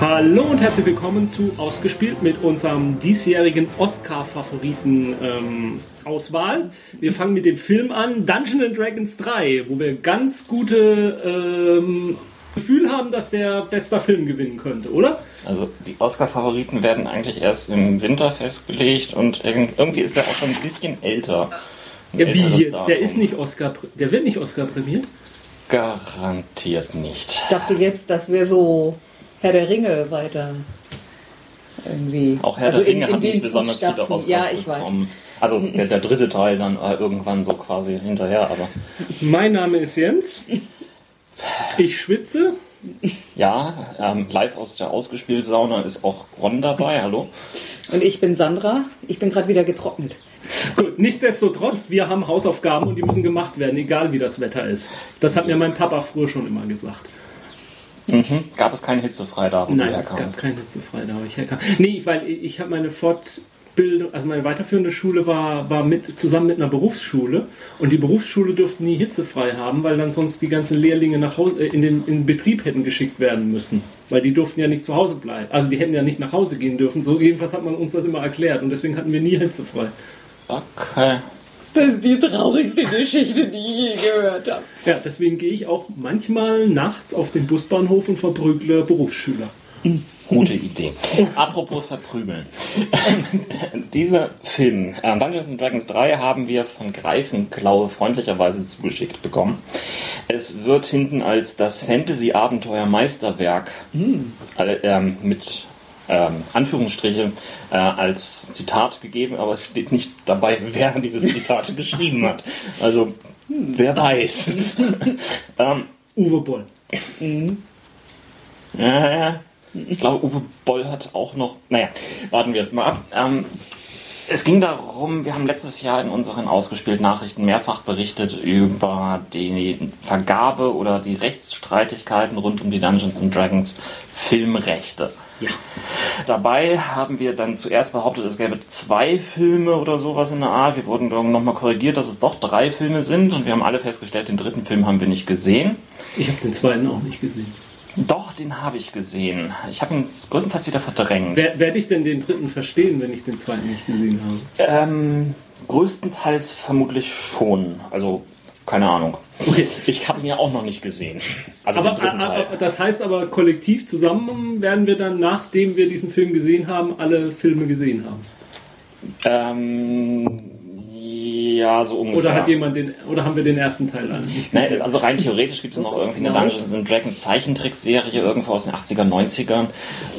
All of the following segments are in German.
Hallo und herzlich willkommen zu Ausgespielt mit unserem diesjährigen Oscar-Favoriten-Auswahl. wir fangen mit dem Film an, Dungeons and Dragons 3, wo wir ganz gute ähm, Gefühl haben, dass der bester Film gewinnen könnte, oder? Also die Oscar-Favoriten werden eigentlich erst im Winter festgelegt und irgend- irgendwie ist der auch schon ein bisschen älter. Ein Ja, wie älteres jetzt? Der Datum. ist nicht Oscar, der wird nicht Oscar prämiert. Garantiert nicht. Ich dachte jetzt, dass wir so Herr der Ringe weiter irgendwie. Auch Herr also der in- Ringe in hat den nicht besonders viele Fußstapfen. Oscars Ja, ich weiß. bekommen. Also der, der dritte Teil dann äh, irgendwann so quasi hinterher, aber Mein Name ist Jens. Ich schwitze. ja, ähm, live aus der ausgespielt Sauna ist auch Ron dabei, hallo. Und ich bin Sandra. Ich bin gerade wieder getrocknet. Gut, nichtsdestotrotz, wir haben Hausaufgaben und die müssen gemacht werden, egal wie das Wetter ist. Das hat mir mein Papa früher schon immer gesagt. Mhm. Gab es keine Hitzefrei da, wo Nein, du es gab herkamst? keine letzte Freitag, aber ich herkam. Nee, weil ich, ich habe meine Fortbildung, also meine weiterführende Schule war, war mit, zusammen mit einer Berufsschule und die Berufsschule durfte nie hitzefrei haben, weil dann sonst die ganzen Lehrlinge nach Hause, äh, in, den, in den Betrieb hätten geschickt werden müssen. Weil die durften ja nicht zu Hause bleiben. Also die hätten ja nicht nach Hause gehen dürfen. So jedenfalls hat man uns das immer erklärt und deswegen hatten wir nie hitzefrei. Okay. Das ist die traurigste Geschichte, die ich je gehört habe. Ja, deswegen gehe ich auch manchmal nachts auf den Busbahnhof und verprügle Berufsschüler. Gute Idee. Apropos verprügeln. Dieser Film, äh, Dungeons and Dragons 3, haben wir von Greifenklaue freundlicherweise zugeschickt bekommen. Es wird hinten als das Fantasy-Abenteuer-Meisterwerk äh, ähm, mit ähm, Anführungsstriche äh, als Zitat gegeben, aber es steht nicht dabei, wer dieses Zitat geschrieben hat. Also, wer weiß. ähm, Uwe Boll. ja, ja. Ich glaube, Uwe Boll hat auch noch. Naja, warten wir es mal ab. Ähm, es ging darum, wir haben letztes Jahr in unseren ausgespielten Nachrichten mehrfach berichtet über die Vergabe oder die Rechtsstreitigkeiten rund um die Dungeons and Dragons Filmrechte. Ja. Dabei haben wir dann zuerst behauptet, es gäbe zwei Filme oder sowas in der Art. Wir wurden dann nochmal korrigiert, dass es doch drei Filme sind und wir haben alle festgestellt, den dritten Film haben wir nicht gesehen. Ich habe den zweiten auch nicht gesehen. Doch, den habe ich gesehen. Ich habe ihn größtenteils wieder verdrängt. Wer, werde ich denn den dritten verstehen, wenn ich den zweiten nicht gesehen habe? Ähm, größtenteils vermutlich schon. Also, keine Ahnung. Okay. Ich habe ihn ja auch noch nicht gesehen. Also Aber, ah, den dritten aber- Teil. aber das heißt aber, kollektiv zusammen werden wir dann, nachdem wir diesen Film gesehen haben, alle Filme gesehen haben. ähm, ja, so ungefähr. ah. Oder hat jemand den, oder haben wir den ersten Teil alle nicht gesehen? Ne, also rein theoretisch gibt es noch irgendwie eine Dungeons and Dragons Zeichentrickserie irgendwo aus den 80ern, 90ern.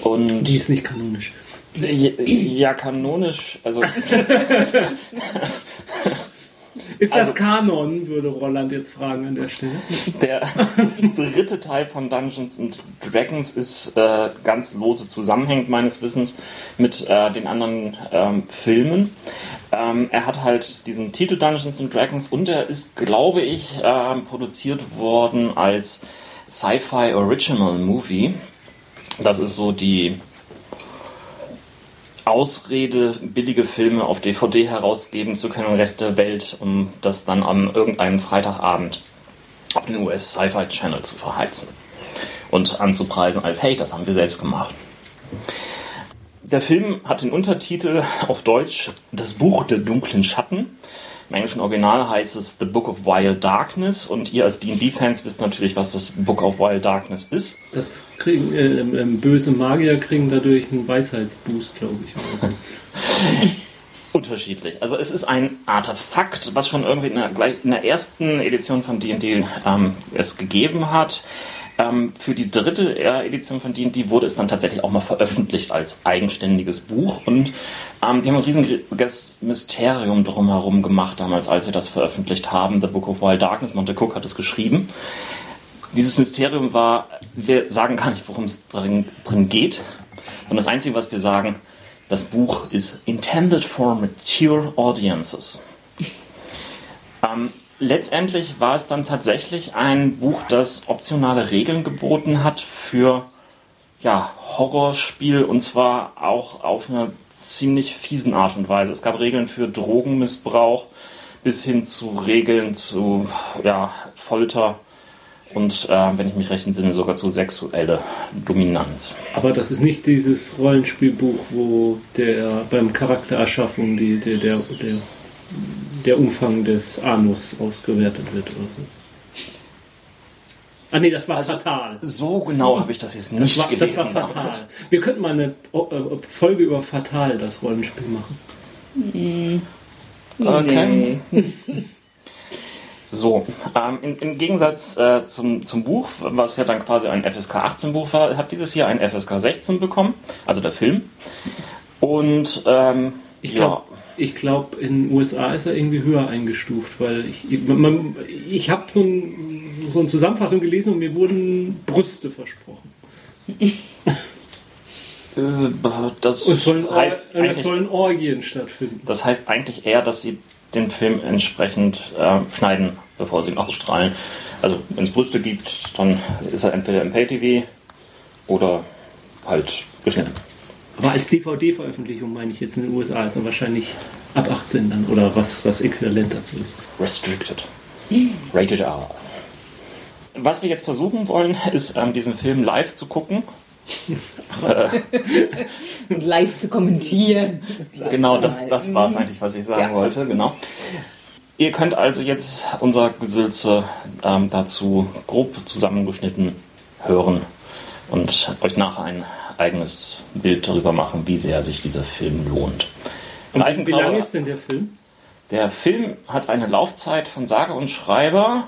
Und Die ist nicht kanonisch. ja, kanonisch, also Ist Also- das Kanon, würde Roland jetzt fragen an der Stelle. Der dritte Teil von Dungeons and Dragons ist äh, ganz lose zusammenhängend meines Wissens mit äh, den anderen ähm, Filmen. Ähm, er hat halt diesen Titel Dungeons and Dragons und er ist, glaube ich, ähm, produziert worden als Sci-Fi Original Movie. Das ist so die Ausrede, billige Filme auf DVD herausgeben zu können, Rest der Welt, um das dann am irgendeinem Freitagabend auf den US Sci-Fi Channel zu verheizen und anzupreisen als hey, das haben wir selbst gemacht. Der Film hat den Untertitel auf Deutsch Das Buch der dunklen Schatten. Im englischen Original heißt es The Book of Wild Darkness und ihr als D&D-Fans wisst natürlich, was das Book of Wild Darkness ist. Das kriegen, äh, ähm, ähm, böse Magier kriegen dadurch einen Weisheitsboost, glaube ich. Oder so. Unterschiedlich. Also es ist ein Artefakt, was schon irgendwie in der, gleich in der ersten Edition von D&D ähm, es gegeben hat. Ähm, für die dritte äh, Edition von D&D wurde es dann tatsächlich auch mal veröffentlicht als eigenständiges Buch und ähm, die haben ein riesiges Mysterium drumherum gemacht damals, als sie das veröffentlicht haben. The Book of Wild Darkness, Monte Cook hat es geschrieben. Dieses Mysterium war, wir sagen gar nicht, worum es drin, drin geht, sondern das Einzige, was wir sagen, das Buch ist intended for mature audiences. Ähm, letztendlich war es dann tatsächlich ein Buch, das optionale Regeln geboten hat für ja, Horrorspiel und zwar auch auf einer ziemlich fiesen Art und Weise. Es gab Regeln für Drogenmissbrauch bis hin zu Regeln zu ja, Folter und, äh, wenn ich mich recht entsinne, sogar zu sexuelle Dominanz. Aber das ist nicht dieses Rollenspielbuch, wo der beim Charaktererschaffung die, der, der, der, der Umfang des Anus ausgewertet wird oder so. Ah nee, das war fatal. So genau habe Also, ich das jetzt nicht Das war, das gelesen. war fatal. damals. Wir könnten mal eine äh, Folge über fatal das Rollenspiel machen. Okay. So, ähm, im, im Gegensatz äh, zum, zum Buch, was ja dann quasi ein FSK 18 Buch war, hat dieses hier ein FSK 16 bekommen, also der Film. Und ähm, Ich ja, glaube, ich glaub, in den USA ist er irgendwie höher eingestuft, weil ich, man, ich habe so, ein, so eine Zusammenfassung gelesen und mir wurden Brüste versprochen. äh, das, Und es sollen, heißt äh, es eigentlich, sollen Orgien stattfinden. das heißt eigentlich eher, dass sie den Film entsprechend äh, schneiden, bevor sie ihn ausstrahlen. Also wenn es Brüste gibt, dann ist er entweder im Pay-TV oder halt geschnitten. Aber als DVD-Veröffentlichung meine ich jetzt in den USA ist er also wahrscheinlich ab 18 dann oder was das Äquivalent dazu ist. Restricted. Rated R. Was wir jetzt versuchen wollen, ist, ähm, diesen Film live zu gucken. Und live zu kommentieren. Genau, das, das war es eigentlich, was ich sagen Ja. wollte. Genau. Ihr könnt also jetzt unser Gesülze ähm, dazu grob zusammengeschnitten hören und euch nachher ein eigenes Bild darüber machen, wie sehr sich dieser Film lohnt. Im alten Wie Glauben- lange ist denn der Film? der Film hat eine Laufzeit von sage und schreiber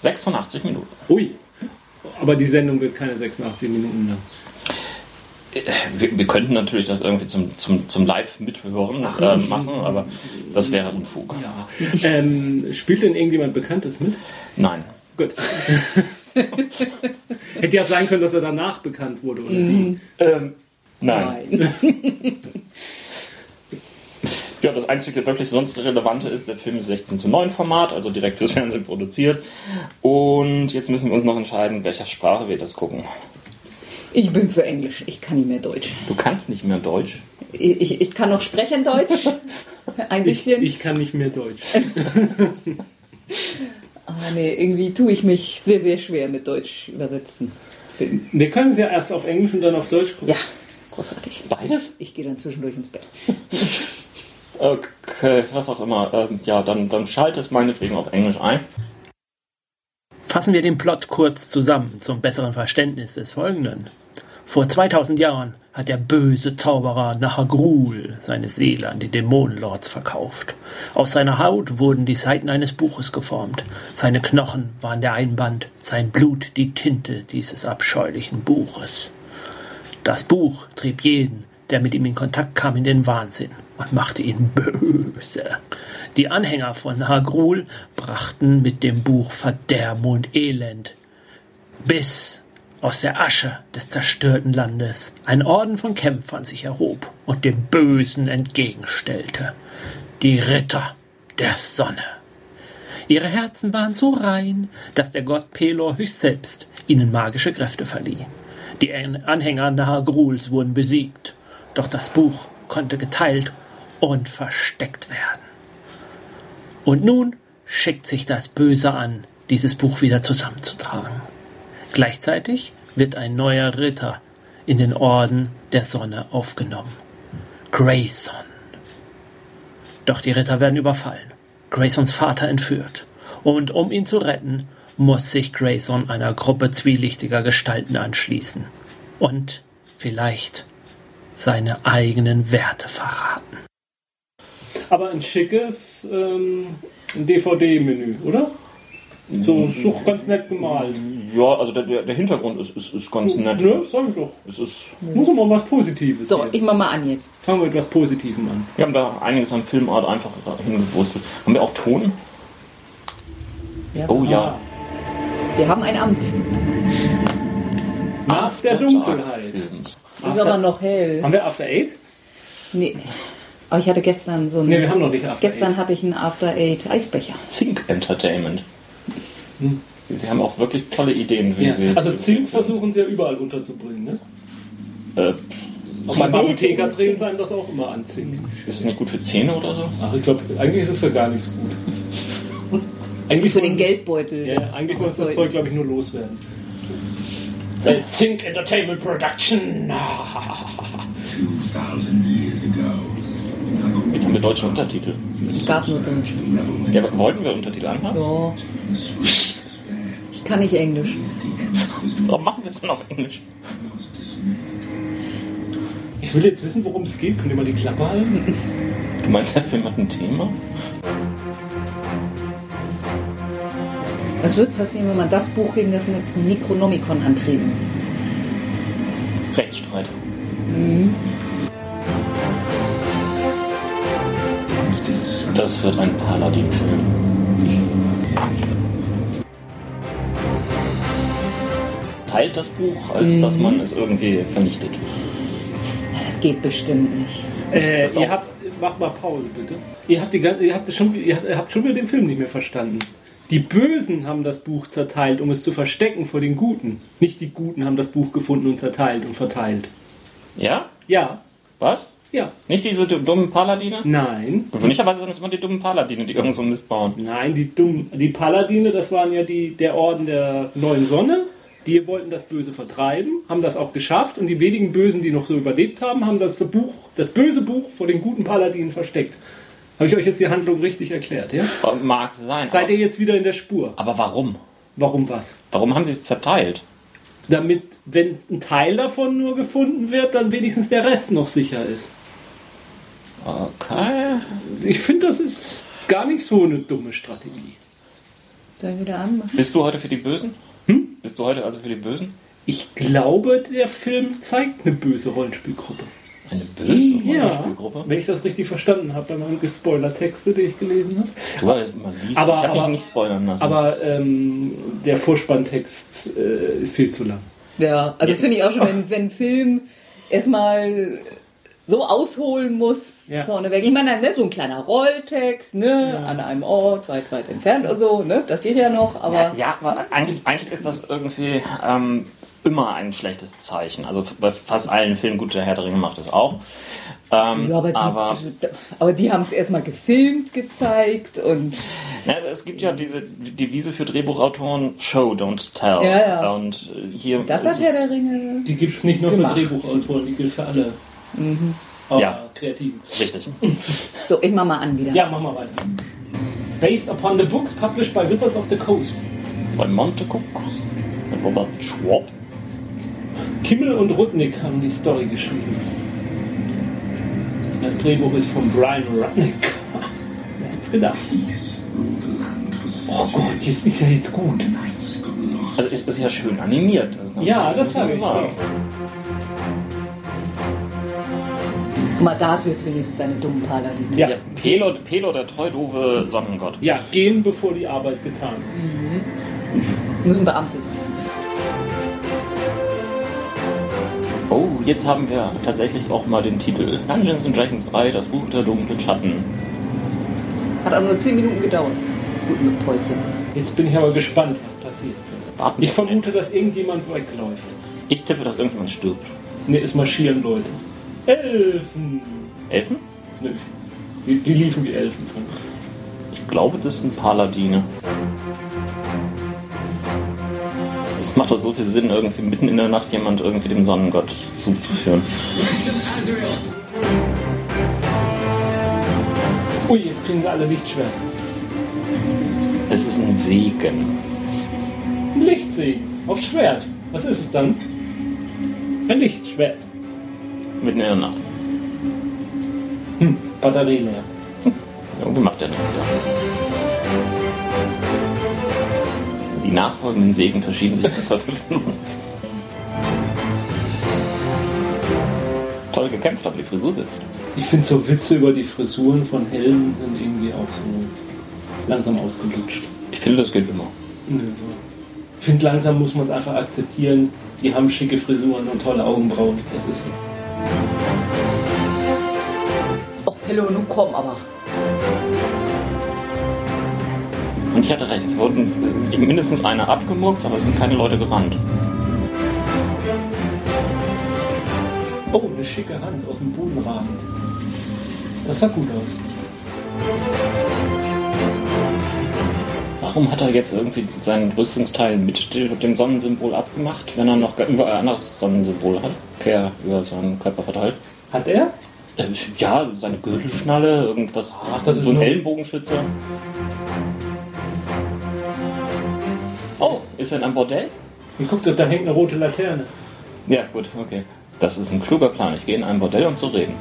86 Minuten. Ui. Aber die Sendung wird keine 86 Minuten lang. Wir, wir könnten natürlich das irgendwie zum, zum, zum Live-Mithören äh, machen, aber das wäre Unfug. Ja. Ähm, spielt denn irgendjemand Bekanntes mit? Nein. Gut. Hätte ja sein können, dass er danach bekannt wurde oder Mhm. die. Nein. Nein. Ja, das einzige wirklich sonst Relevante ist, der Film ist 16 zu 9 Format, also direkt fürs Fernsehen produziert. Und jetzt müssen wir uns noch entscheiden, in welcher Sprache wir das gucken. Ich bin für Englisch. Ich kann nicht mehr Deutsch. Du kannst nicht mehr Deutsch. Ich, ich, ich kann noch sprechen Deutsch. Ein Ich, bisschen. ich kann nicht mehr Deutsch. Ah, nee, irgendwie tue ich mich sehr, sehr schwer mit Deutsch übersetzten Filmen. Wir können sie ja erst auf Englisch und dann auf Deutsch gucken. Ja, großartig. Beides? Ich gehe dann zwischendurch ins Bett. Okay, was auch immer. Ähm, ja, dann, dann schalte es meinetwegen auf Englisch ein. Fassen wir den Plot kurz zusammen zum besseren Verständnis des Folgenden. Vor 2000 Jahren hat der böse Zauberer Nahagrul seine Seele an die Dämonenlords verkauft. Aus seiner Haut wurden die Seiten eines Buches geformt. Seine Knochen waren der Einband, sein Blut die Tinte dieses abscheulichen Buches. Das Buch trieb jeden, der mit ihm in Kontakt kam, in den Wahnsinn und machte ihn böse. Die Anhänger von Nagrul brachten mit dem Buch Verderben und Elend, bis aus der Asche des zerstörten Landes ein Orden von Kämpfern sich erhob und dem Bösen entgegenstellte. Die Ritter der Sonne. Ihre Herzen waren so rein, dass der Gott Pelor höchst selbst ihnen magische Kräfte verlieh. Die An- Anhänger Nahagruls wurden besiegt, doch das Buch konnte geteilt und versteckt werden. Und nun schickt sich das Böse an, dieses Buch wieder zusammenzutragen. Gleichzeitig wird ein neuer Ritter in den Orden der Sonne aufgenommen. Grayson. Doch die Ritter werden überfallen, Graysons Vater entführt. Und um ihn zu retten, muss sich Grayson einer Gruppe zwielichtiger Gestalten anschließen und vielleicht seine eigenen Werte verraten. Aber ein schickes ähm, DVD-Menü, oder? Mhm. So, so ganz nett gemalt. Ja, also der, der der Hintergrund ist, ist, ist ganz nett. Ne, sag ich doch. Es ist, Muss immer um was Positives Mhm. So, hier. ich mach mal an jetzt. Fangen wir mit was Positivem an. wir haben da einiges an Filmart einfach hingewurstelt. Haben wir auch Ton? Ja. Oh ja. Wir haben ein Amt. Nach der Dunkelheit. Films. Ist aber noch hell. Haben wir After Eight? Nee. Aber ich hatte gestern so einen. Ne, wir haben noch nicht After gestern Eight. hatte ich einen After Eight Eisbecher. Zink Entertainment. Sie, sie haben auch wirklich tolle Ideen, wie Hm? sie. Ja. Also Zink versuchen sie ja überall unterzubringen, ne? Äh, Auch beim Apotheker drehen sie einem das auch immer an, Zink. ist es nicht gut für Zähne oder so? Ach, ich glaube, eigentlich ist es für gar nichts gut. Eigentlich Für den wollen sie- Geldbeutel. Ja, eigentlich wollte das Zeug, glaube ich, nur loswerden. Äh, The Zink Entertainment Production. Jetzt haben wir deutsche Untertitel. Gab nur Deutsch. Ja, aber wollten wir Untertitel anhaben? Ja. Ich kann nicht Englisch. Warum machen wir es dann auf Englisch? Ich will jetzt wissen, worum es geht. Könnt ihr mal die Klappe halten? Du meinst, der Film hat ein Thema? Was wird passieren, wenn man das Buch gegen das Necronomicon antreten lässt? Rechtsstreit. Das wird ein Paladin-Film. Teilt das Buch, als dass man es irgendwie vernichtet. Ja, Das geht bestimmt nicht. Äh, Das ist auch- ihr habt, mach mal Paul, bitte. Ihr habt, die, gan- ihr habt, schon, ihr habt- ihr habt schon wieder den Film nicht mehr verstanden. Die Bösen haben das Buch zerteilt, um es zu verstecken vor den Guten. Nicht die Guten haben das Buch gefunden und zerteilt und verteilt. Ja? Ja, Was? ja, Nicht diese du- dummen Paladine? nein, Gewöhnlicherweise sind es immer die dummen Paladine, die irgend so einen Mist bauen. nein, die dummen, die Paladine, das waren ja die, der Orden der neuen Sonne. Die wollten das Böse vertreiben, haben das auch geschafft und die wenigen Bösen, die noch so überlebt haben, haben das Buch, das böse Buch vor den guten Paladinen versteckt. Habe ich euch jetzt die Handlung richtig erklärt, ja? Mag sein. Seid ihr jetzt wieder in der Spur? aber warum? Warum was? Warum haben sie es zerteilt? Damit, wenn ein Teil davon nur gefunden wird, dann wenigstens der Rest noch sicher ist. Okay. Ich finde, das ist gar nicht so eine dumme Strategie. Soll ich wieder anmachen? Bist du heute für die Bösen? Hm? Bist du heute also für die Bösen? Ich glaube, der Film zeigt eine böse Rollenspielgruppe. Eine böse Rollenspielgruppe? Ja, wenn ich das richtig verstanden habe bei meinen Gespoiler-Texte, die ich gelesen habe. Du warst mal liest. Aber- ich habe dich aber- nicht spoilern lassen. Aber ähm, der Vorspanntext äh, ist viel zu lang. Ja, also das finde ich auch schon, wenn, wenn ein Film erstmal so ausholen muss Ja. vorneweg. Ich meine, ne, so ein kleiner Rolltext, ne, an einem Ort, weit, weit entfernt und so, ne, das geht ja noch, aber ja, aber eigentlich, eigentlich ist das irgendwie ähm, immer ein schlechtes Zeichen. Also f- bei fast allen Filmen, gut, der Herr der Ringe macht das auch. Ähm, Ja, aber die, aber aber die haben es erstmal gefilmt, gezeigt und Ja, ne, es gibt ja diese Devise für Drehbuchautoren, Show, don't tell. Ja, ja. Und äh, hier das ist hat Herr es- der Ringe. Die gibt es nicht nur Gemacht. für Drehbuchautoren, die gilt für alle. Auch Ja. Kreativen. Richtig. So, ich mach mal an wieder. Ja, machen wir weiter. Based upon the books published by Wizards of the Coast. Bei Montecook mit Robert Schwab. Kimmel und Rudnick haben die Story geschrieben. Das Drehbuch ist von Brian Rudnick. Wer hätte gedacht? Oh Gott, jetzt ist ja jetzt gut. Also ist das ja schön animiert. Also Ja, das muss man habe ich. sagen. Guck mal, da hast du jetzt wenigstens seine dummen Paladine. Ja. Ja, Pelo, Pelo der treu-doofe Sonnengott. ja, gehen bevor die Arbeit getan ist. Müssen Beamte sein. Oh, jetzt haben wir tatsächlich auch mal den Titel. Dungeons and Dragons 3, das Buch der dunklen Schatten. Hat aber nur 10 Minuten gedauert. Gut mit Päuschen. Jetzt bin ich aber gespannt, was passiert. Warten Ich wir- vermute, dass irgendjemand wegläuft. Ich tippe, dass irgendjemand stirbt. Ne, es marschieren Leute. Elfen! Elfen? Ne, die, die liefen wie Elfen von. Ich glaube, das sind Paladine. Es macht doch so viel Sinn, irgendwie mitten in der Nacht jemand irgendwie dem Sonnengott zuzuführen. Ui, jetzt kriegen sie alle Lichtschwerter. Es ist ein Segen. Ein Lichtsegen auf Schwert. Was ist es dann? Ein Lichtschwert. Mitten in der Nacht. Batterie leer. Irgendwie macht er nichts, ja. Die nachfolgenden Segen verschieben sich etwa fünf Minuten. Toll gekämpft, aber die Frisur sitzt. Ich finde so Witze über die Frisuren von Helden sind irgendwie auch so langsam ausgelutscht. Ich finde, das geht immer. Nö. Ich finde, langsam muss man es einfach akzeptieren. Die haben schicke Frisuren und tolle Augenbrauen. Das ist so. Och, Pello, nun komm aber. Und ich hatte recht, es wurden mindestens eine abgemurkst, aber es sind keine Leute gerannt. Oh, eine schicke Hand aus dem Boden ragend. Das sah gut aus. warum hat er jetzt irgendwie seinen Rüstungsteil mit dem Sonnensymbol abgemacht, wenn er noch gar- überall anderes Sonnensymbol hat, quer über seinen Körper verteilt? Hat er? Äh, Ja, seine Gürtelschnalle, irgendwas, Ach, das ist so ein nur- Ellenbogenschützer. Oh, ist er in einem Bordell? Und guck, da hängt eine rote Laterne. Ja, gut, okay. Das ist ein kluger Plan. Ich gehe in ein Bordell, um zu reden.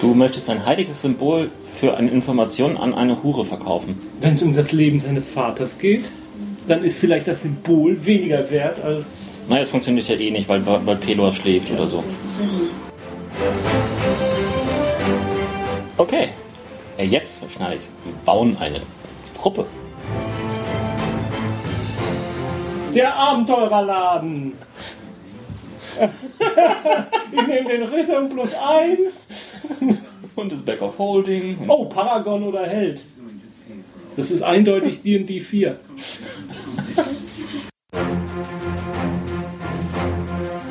Du möchtest ein heiliges Symbol für eine Information an eine Hure verkaufen. Wenn es um das Leben seines Vaters geht, dann ist vielleicht das Symbol weniger wert als. Naja, das funktioniert ja eh nicht, weil, weil Pelor schläft oder so. Okay. Ja, jetzt schneide ich's. Wir bauen eine Gruppe. Der Abenteurerladen! ich nehme den Ritter und plus eins. Und das Back of Holding. Oh, Paragon oder Held. Das ist eindeutig D&D 4.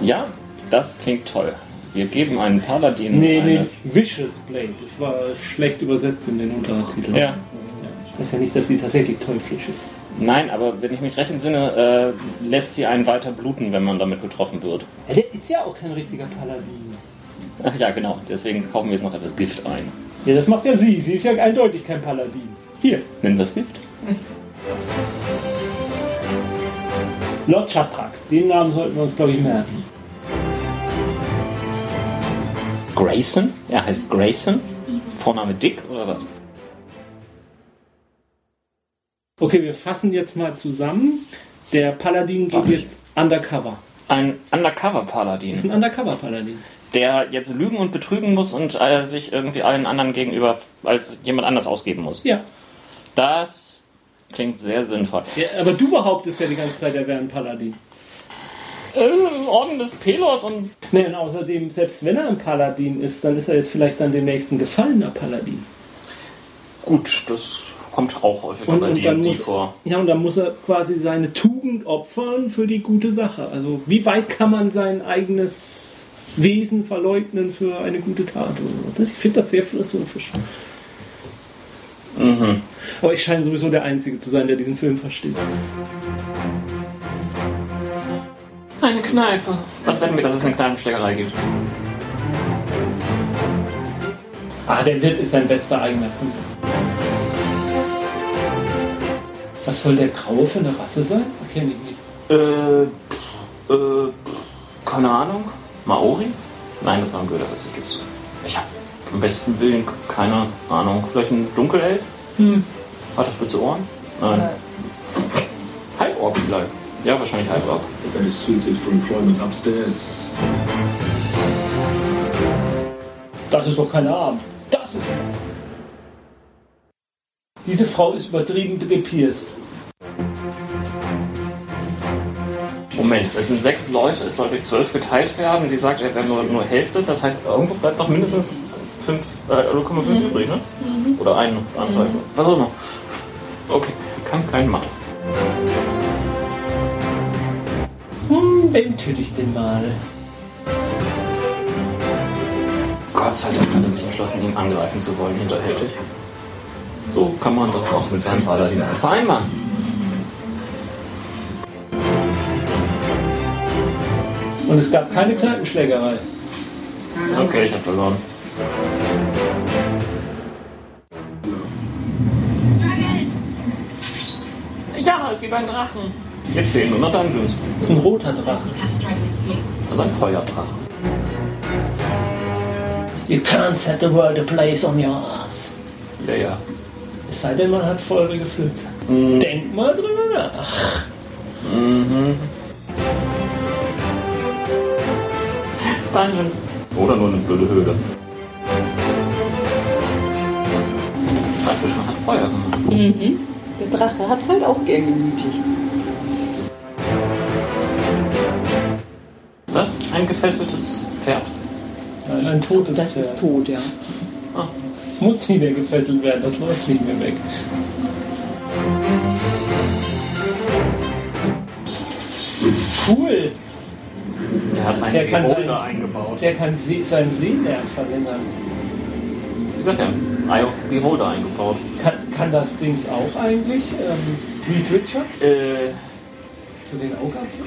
Ja, das klingt toll. Wir geben einen Paladin. Nee, eine nee, Vicious Blade. Das war schlecht übersetzt in den Untertiteln. Ja, Das ist ja nicht, dass die tatsächlich teuflisch ist. Nein, aber wenn ich mich recht entsinne, äh, lässt sie einen weiter bluten, wenn man damit getroffen wird. Ja, der ist ja auch kein richtiger Paladin. Ach ja, genau. Deswegen kaufen wir jetzt noch etwas Gift ein. Ja, das macht ja sie. Sie ist ja eindeutig kein Paladin. Hier, Nimm das Gift. Lord Chatrak. Den Namen sollten wir uns, glaube ich, merken. Grayson? Er heißt Grayson. Vorname Dick oder was? Okay, wir fassen jetzt mal zusammen. Der Paladin geht Mach ich. jetzt undercover. Ein Ist Undercover-Paladin, ein Undercover-Paladin. der jetzt lügen und betrügen muss und äh, sich irgendwie allen anderen gegenüber als jemand anders ausgeben muss. Ja. Das klingt sehr sinnvoll. ja. Aber du behauptest ja die ganze Zeit, er wäre ein Paladin. Äh, Orden des Pelos und Nee, und außerdem, selbst wenn er ein Paladin ist, dann ist er jetzt vielleicht dann demnächst ein gefallener Paladin. gut, das kommt auch häufig Und, bei und dann D&D muss, vor. ja, und dann muss er quasi seine Tugend opfern für die gute Sache. Also wie weit kann man sein eigenes Wesen verleugnen für eine gute Tat? oder so? Das, ich finde das sehr philosophisch. Mhm. Aber ich scheine sowieso der Einzige zu sein, der diesen Film versteht. Eine Kneipe. Was wetten wir, dass es eine Kneipenschlägerei gibt? Ah, der Wirt ist sein bester eigener Kumpel. Was soll der Grau für eine Rasse sein? Kenne ich nicht. Äh, äh, keine Ahnung. Maori? Nein, das war ein Göderwitz, das gibt's. Ich hab am besten Willen keine Ahnung. Vielleicht ein Dunkelelf? Hm. Hat er spitze Ohren? Nein. Halborg vielleicht. Ja, wahrscheinlich Halborg. That is suited for employment upstairs. Das ist doch kein Arm. Das ist. Diese Frau ist übertrieben gepierst. Moment, es sind sechs Leute, es soll durch zwölf geteilt werden. Sie sagt, er wäre nur, nur Hälfte, das heißt, irgendwo bleibt noch mindestens fünf, äh, 0,5 übrig, ne? Oder ein Anteil, was auch immer. Okay, kann kein Mann. Hm, wen töte ich denn mal? Gott sei Dank hat er sich entschlossen, ihn angreifen zu wollen, hinterhältig. So kann man das auch mit seinem Paladin vereinbaren. Und es gab keine Kneipenschlägerei. Okay, ich habe verloren. Ja, es gibt einen Drachen. Jetzt fehlen nur noch Dungeons. Das ist ein roter Drache. Also ein Feuerdrachen. You can't set the world a place on your ass. Ja, ja. Es sei denn, man hat feurige Flöze. Denk mal drüber nach. Dungeon. Oder nur eine blöde Höhle. Drachen hat Feuer gemacht. Der Drache hat's halt auch gern gemütlich. Was? Ein gefesseltes Pferd? Nein, ein totes Das Pferd. ist tot, ja. Muss wieder gefesselt werden, das läuft nicht mehr weg. Cool, Der hat einen Der kann Geruch sein- eingebaut. der kann se seinen Sehnerv verlängern. gesagt, ja, Eye of Beholder eingebaut. Kann, kann das Dings auch eigentlich? Ähm, Reed Richards? Äh, Zu den Augapfel?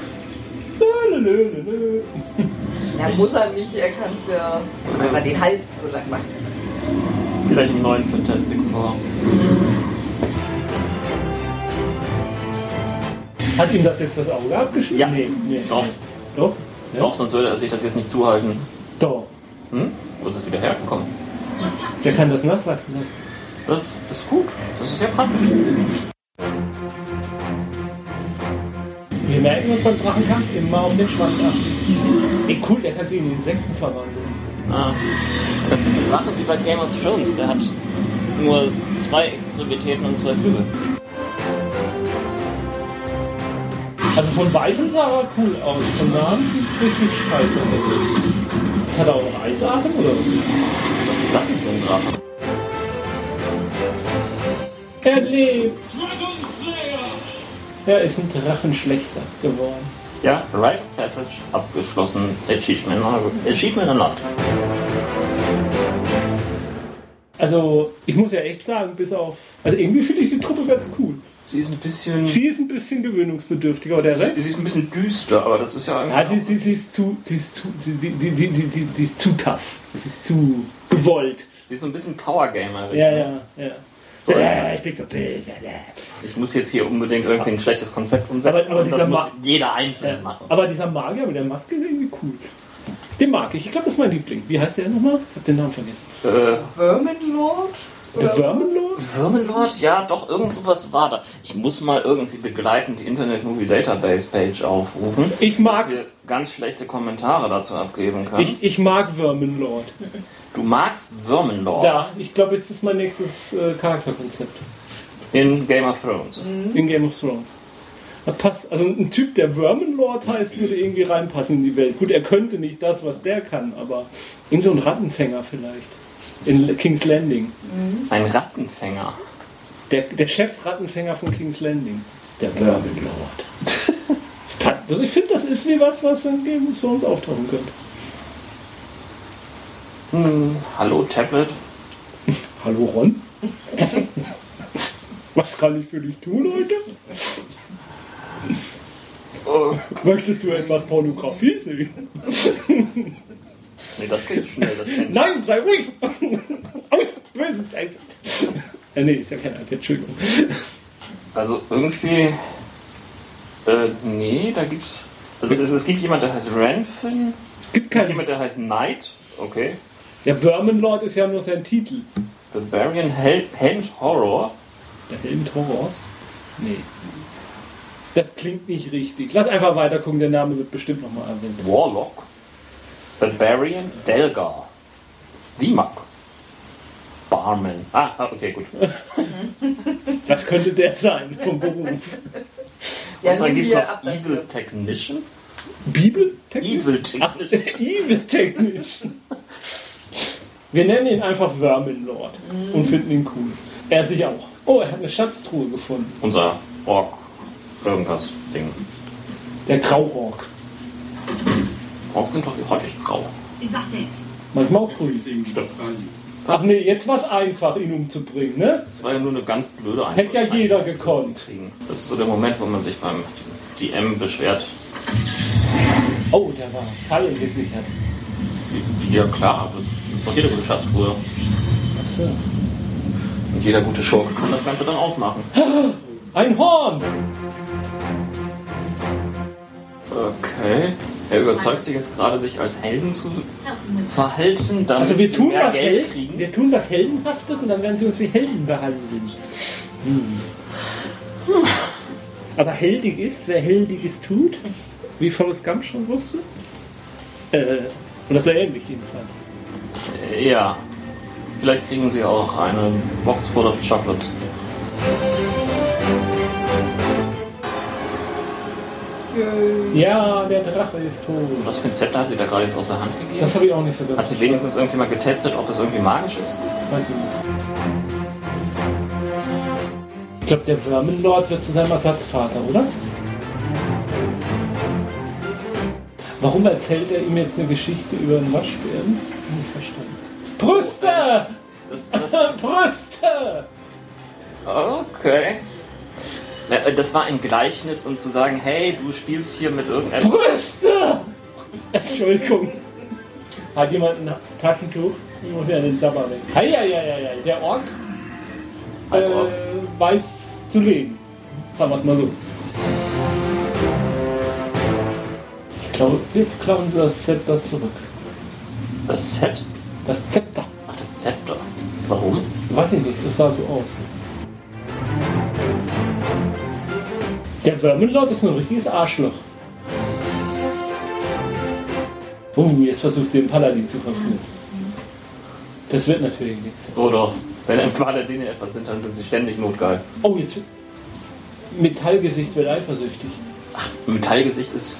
Ja, muss er nicht, er kann es ja, weil er den Hals so lang macht. vielleicht im neuen Fantastic Four. Hat ihm das jetzt das Auge abgeschnitten? Ja. Nee, nee. Doch, Doch? doch, sonst würde er sich das jetzt nicht zuhalten. Doch. Hm? Wo ist es wieder hergekommen? Der kann das nachwachsen lassen. Das ist gut. Das ist ja praktisch. Wir merken uns beim Drachenkampf immer auf den Schwanz ab. Ey, cool, der kann sich in Insekten verwandeln. Ah. Das ist eine Sache wie bei Game of Thrones. Der hat nur zwei Extremitäten und zwei Flügel. Also von weitem sah er cool aus, von nahen sieht es richtig scheiße aus. Jetzt hat er auch noch Eisatem oder was? Was ist das denn für ein Drache? Er lebt! Er ist ein Drachenschlechter geworden. Ja, Rite of Passage abgeschlossen. Achievement, Achievement erlangt. Also, ich muss ja echt sagen, bis auf. Also, irgendwie finde ich die Truppe ganz cool. Sie ist ein bisschen. Sie ist ein bisschen gewöhnungsbedürftiger, aber der Rest. ist ein bisschen düster, aber das ist ja Ja, Also, sie, sie, sie ist zu, sie ist zu, sie, die, die, die, die, die, die ist zu tough. Das ist zu gewollt. Sie ist so ein bisschen Powergamer. Ja, ja, ja. So, Äh, ich bin so böse. äh. Ich muss jetzt hier unbedingt irgendwie ein schlechtes Konzept umsetzen. Aber- aber und das dieser muss Ma- jeder einzeln Ja. machen. Aber dieser Magier mit der Maske ist irgendwie cool. Den mag ich. Ich glaube, das ist mein Liebling. Wie heißt der nochmal? Ich habe den Namen vergessen. Äh, Verminlord? Der Verminlord? Firmenlord? Ja, doch, irgend sowas war da. Ich muss mal irgendwie begleitend die Internet Movie Database Page aufrufen, Ich dass mag, wir ganz schlechte Kommentare dazu abgeben können. ich, ich mag Verminlord. du magst Firmenlord Da, ich glaube, jetzt ist mein nächstes äh, Charakterkonzept in Game of Thrones. in Game of Thrones. Das passt, also ein Typ, der Verminlord heißt, würde irgendwie reinpassen in die Welt. Gut, er könnte nicht das, was der kann, aber irgend so ein Rattenfänger vielleicht. In King's Landing. Ein Rattenfänger. Der, der Chef-Rattenfänger von King's Landing. Der Verminlord. das passt. Also ich finde, das ist wie was, was in Game of Thrones auftauchen könnte. Hm, hallo Tablet. Hallo Ron? was kann ich für dich tun heute? Oh, Möchtest du etwas Pornografie sehen? nee, das geht schnell. Das kann Nein, sei ruhig! Aus! Böses iPad! Äh, nee, ist ja kein iPad, Entschuldigung. Also irgendwie. Äh, nee, da gibt's. Also es, es gibt jemand, der heißt Ranfin, Es gibt keinen. jemand, der heißt Knight, okay. Der Verminlord ist ja nur sein Titel. Barbarian Hel Helmed Horror. Der Helm Horror? Nee. Das klingt nicht richtig. Lass einfach weiter gucken, der Name wird bestimmt nochmal erwähnt. Warlock, Barbarian Delgar, Vimak, Barman. Ah, ah, okay, gut. Was könnte der sein vom Beruf? Ja, Und dann nun gibt's hier, noch ab Evil dafür. Technician. Bibel? Technisch? Evil Technician. Evil technisch. Wir nennen ihn einfach Verminlord Mhm. und finden ihn cool. Er sich auch. Oh, er hat eine Schatztruhe gefunden. Unser Ork. Irgendwas Ding. Der Grauorg. Orks sind doch häufig grau. Manchmal auch grün. Stimmt. Ach nee, jetzt war es einfach, ihn umzubringen, ne? Das war ja nur eine ganz blöde Einheit. Hätte ja jeder gekonnt. Das ist so der Moment, wo man sich beim DM beschwert. Oh, der war Fallen gesichert. Ja klar, das ist doch jeder gute Schatztruhe. Achso. Und jeder gute Schurke kann das Ganze dann aufmachen. Ein Horn! Okay. Er überzeugt sich jetzt gerade, sich als Helden zu verhalten, damit Also wir sie tun, mehr was Geld Hel- kriegen. wir tun was Heldenhaftes und dann werden sie uns wie Helden behandeln. Hm. Aber heldig ist, wer heldiges tut, wie Forrest Gump schon wusste. Äh, oder so ähnlich jedenfalls. Ja. Vielleicht kriegen sie auch eine Box full of Chocolate. Ja, der Drache ist tot. Was für ein Zepter hat sie da gerade jetzt aus der Hand gegeben? Das habe ich auch nicht so hat ganz sie wenigstens irgendwie mal getestet, ob es irgendwie magisch ist? weiß ich nicht. Ich glaube, der Verminlord wird zu seinem Ersatzvater, oder? Warum erzählt er ihm jetzt eine Geschichte über einen Waschbären? Nicht verstanden. Brüste! Das, das, Brüste! okay. Na, äh, Das war ein Gleichnis, um zu sagen, hey, du spielst hier mit irgendetwas. Brüste! Entschuldigung. Hat jemand ein Taschentuch? Ich muss ja den Zapper weg. Heieieiei, der Ork Halb Ork. äh, weiß zu leben. Sagen wir es mal so. Ich glaube, jetzt klauen sie das Zepter zurück. Das Set? Das Zepter. Ach, das Zepter. Warum? Weiß ich nicht, das sah so aus. Der Verminlord ist ein richtiges Arschloch. Uh, jetzt versucht sie den Paladin zu verführen. Das wird natürlich nichts. Oder Oh wenn ein Paladine etwas sind, dann sind sie ständig notgeil. Oh, jetzt. Metallgesicht wird eifersüchtig. Metallgesicht ist